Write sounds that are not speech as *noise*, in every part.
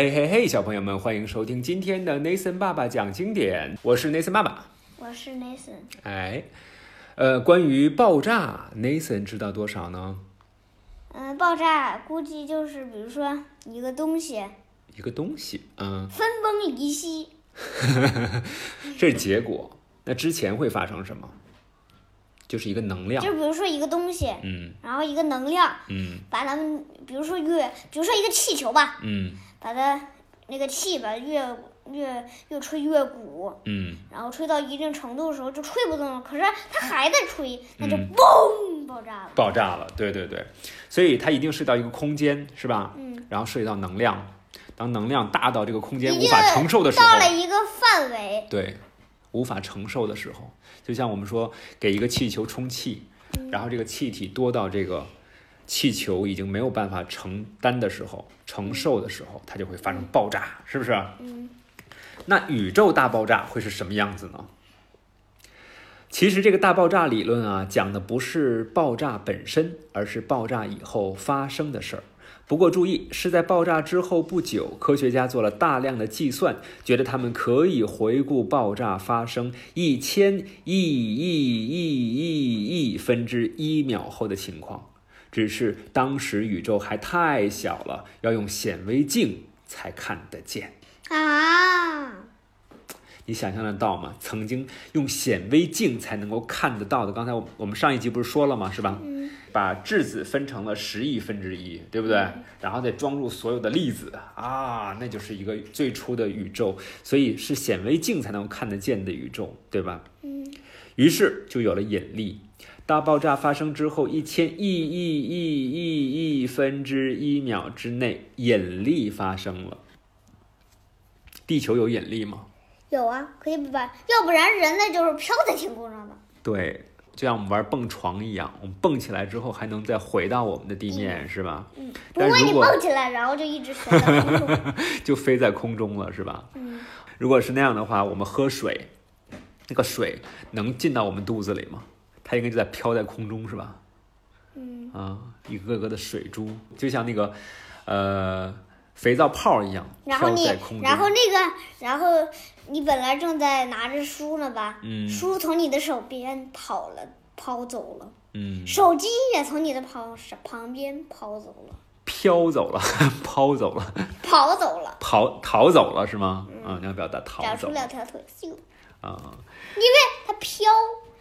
嘿嘿嘿，小朋友们，欢迎收听今天的 Nathan 爸爸讲经典，我是 Nathan 爸爸。我是 Nathan，哎，呃，关于爆炸，Nathan 知道多少呢？嗯，爆炸估计就是比如说一个东西一个东西，嗯，分崩离析，这是结果。那之前会发生什么？就是一个能量就，比如说一个东西，嗯然后一个能量，嗯把咱们比如说越，比如说一个气球吧，嗯把它那个气吧越越越吹越鼓，嗯，然后吹到一定程度的时候就吹不动了，可是它还在吹，那就嗯嘣爆炸了。爆炸了，对对对，所以它一定涉及到一个空间，是吧？嗯，然后涉及到能量，当能量大到这个空间一无定法承受的时候，到了一个范围，对，无法承受的时候，就像我们说给一个气球充气，嗯然后这个气体多到这个气球已经没有办法承担的时候、承受的时候，它就会发生爆炸，是不是？嗯，那宇宙大爆炸会是什么样子呢？其实这个大爆炸理论啊，讲的不是爆炸本身，而是爆炸以后发生的事儿。不过注意，是在爆炸之后不久，科学家做了大量的计算，觉得他们可以回顾爆炸发生一千亿亿亿亿亿分之一秒后的情况。只是当时宇宙还太小了，要用显微镜才看得见。啊，你想象得到吗？曾经用显微镜才能够看得到的，刚才我我们上一集不是说了吗？是吧？嗯，把质子分成了十亿分之一，对不对？嗯然后再装入所有的粒子啊，那就是一个最初的宇宙，所以是显微镜才能够看得见的宇宙，对吧？嗯，于是就有了引力。大爆炸发生之后，一千亿亿亿亿亿分之一秒之内，引力发生了。地球有引力吗？有啊，可以把，要不然人类就是飘在天空上的。对，就像我们玩蹦床一样，我们蹦起来之后还能再回到我们的地面，是吧？ *laughs* 嗯，不但会如你果蹦起来，然后就一直悬在空 *laughs* 中。就飞在空中了，是吧？嗯，如果是那样的话，我们喝水，那个水能进到我们肚子里吗？它应该就在飘在空中，是吧？嗯，啊，一个个的水珠，就像那个呃肥皂泡一样，然后飘你在空，中。然后那个，然后你本来正在拿着书呢吧，嗯书从你的手边跑了，抛走了，嗯，手机也从你的旁旁边抛走了，飘走了， *laughs* 抛走了， *laughs* 跑走了，逃逃走了是吗？啊，你要表达逃长嗯出走两条腿，咻，啊，它飘，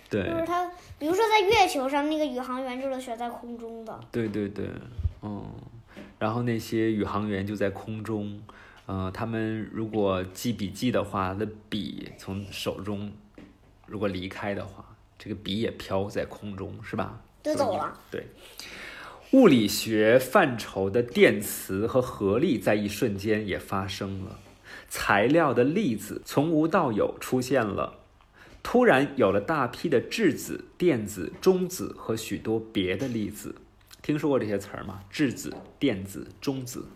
对。就是它，比如说在月球上，那个宇航员就是悬在空中的，对对对，嗯，然后那些宇航员就在空中，呃，他们如果记笔记的话，那笔从手中如果离开的话，这个笔也飘在空中，是吧？就所以走了。嗯对，物理学范畴的电磁和合力在一瞬间也发生了，材料的粒子从无到有出现了。突然有了大批的质子、电子、中子和许多别的粒子，听说过这些词儿吗？质子、电子、中子、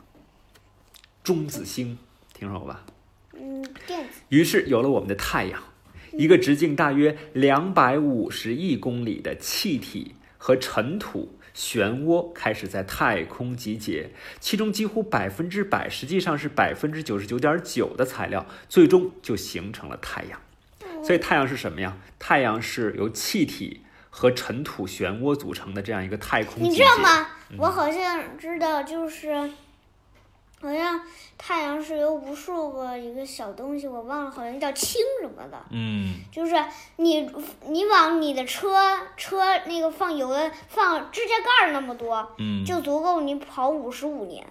中子星，听说过吧？嗯，电子，于是有了我们的太阳，一个直径大约两百五十亿公里的气体和尘土漩涡开始在太空集结，其中几乎百分之百，实际上是百分之九十九点九的材料，最终就形成了太阳。所以太阳是什么呀？太阳是由气体和尘土漩涡组成的这样一个太空集你结。知道吗？嗯我好像知道，就是好像太阳是由无数个一个小东西，我忘了，好像叫氢什么的。嗯，就是你你往你的车车那个放油的放指甲盖儿那么多，嗯就足够你跑五十五年。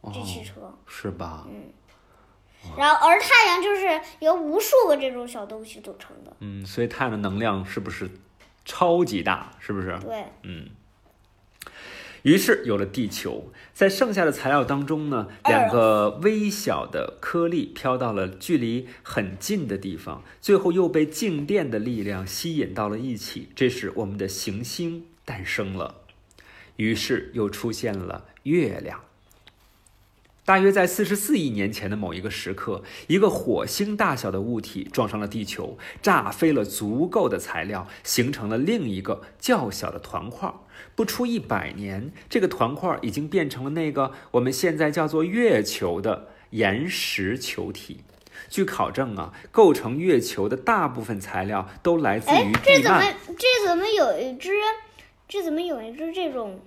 哦这汽车，是吧？然后而太阳就是由无数个这种小东西组成的。嗯，所以太阳的能量是不是超级大？是不是？对，嗯于是有了地球，在剩下的材料当中呢，两个微小的颗粒飘到了距离很近的地方，最后又被静电的力量吸引到了一起。这时，我们的行星诞生了，于是又出现了月亮。大约在四十四亿年前的某一个时刻，一个火星大小的物体撞上了地球，炸飞了足够的材料，形成了另一个较小的团块。不出一百年，这个团块已经变成了那个我们现在叫做月球的岩石球体。据考证啊，构成月球的大部分材料都来自哎于，这地怎么幔。这怎么有一只，这怎么有一只这种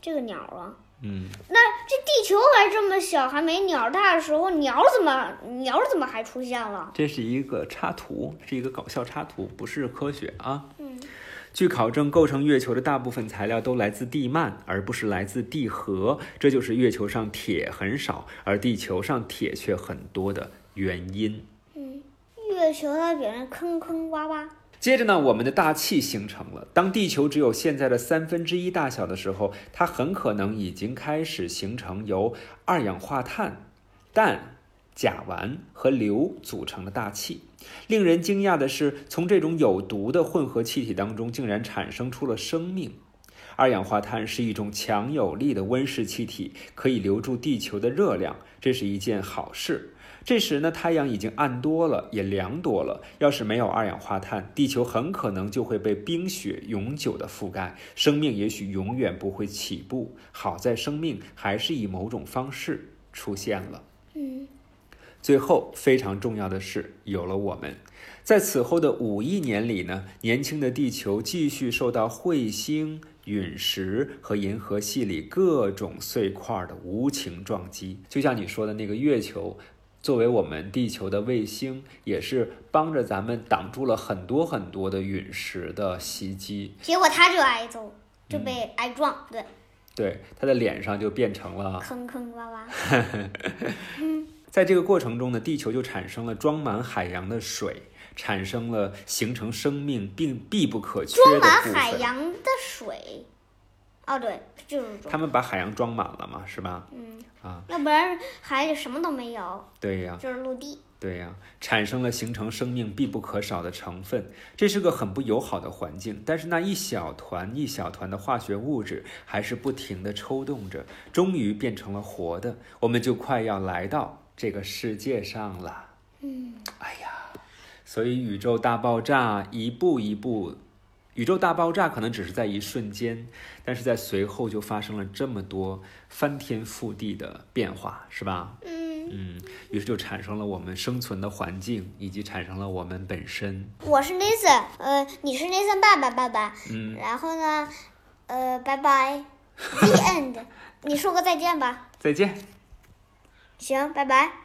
这个鸟啊？嗯，这地球还这么小，还没鸟大的时候，鸟怎么鸟怎么还出现了？这是一个插图，是一个搞笑插图，不是科学啊。嗯，据考证，构成月球的大部分材料都来自地幔，而不是来自地核，这就是月球上铁很少，而地球上铁却很多的原因。月球它表面坑坑洼洼，接着呢，我们的大气形成了。当地球只有现在的三分之一大小的时候，它很可能已经开始形成由二氧化碳、氮、甲烷和硫组成的大气。令人惊讶的是，从这种有毒的混合气体当中，竟然产生出了生命。二氧化碳是一种强有力的温室气体，可以留住地球的热量，这是一件好事。这时呢，太阳已经暗多了，也凉多了。要是没有二氧化碳，地球很可能就会被冰雪永久的覆盖，生命也许永远不会起步。好在生命还是以某种方式出现了。嗯，最后，非常重要的是，有了我们，在此后的五亿年里呢，年轻的地球继续受到彗星、陨石和银河系里各种碎块的无情撞击。就像你说的那个月球，作为我们地球的卫星，也是帮着咱们挡住了很多很多的陨石的袭击。结果它就挨揍，就嗯被挨撞，啊对，对，它的脸上就变成了坑坑洼洼。在这个过程中呢，地球就产生了装满海洋的水，产生了形成生命并必不可缺的装满部海分。洋的水。哦，对，就是装，他们把海洋装满了嘛，是吧？嗯，啊，要不然海里什么都没有，对呀、就是陆地。对呀、产生了形成生命必不可少的成分，这是个很不友好的环境。但是那一小团一小团的化学物质还是不停地抽动着，终于变成了活的。我们就快要来到这个世界上了。嗯，哎呀，所以宇宙大爆炸一步一步，宇宙大爆炸可能只是在一瞬间，但是在随后就发生了这么多翻天覆地的变化，是吧？嗯，嗯，于是就产生了我们生存的环境，以及产生了我们本身。我是 Nathan，呃，你是 Nathan 爸爸爸爸。嗯，然后呢，呃，拜拜，The end。你说个再见吧。再见。行，拜拜。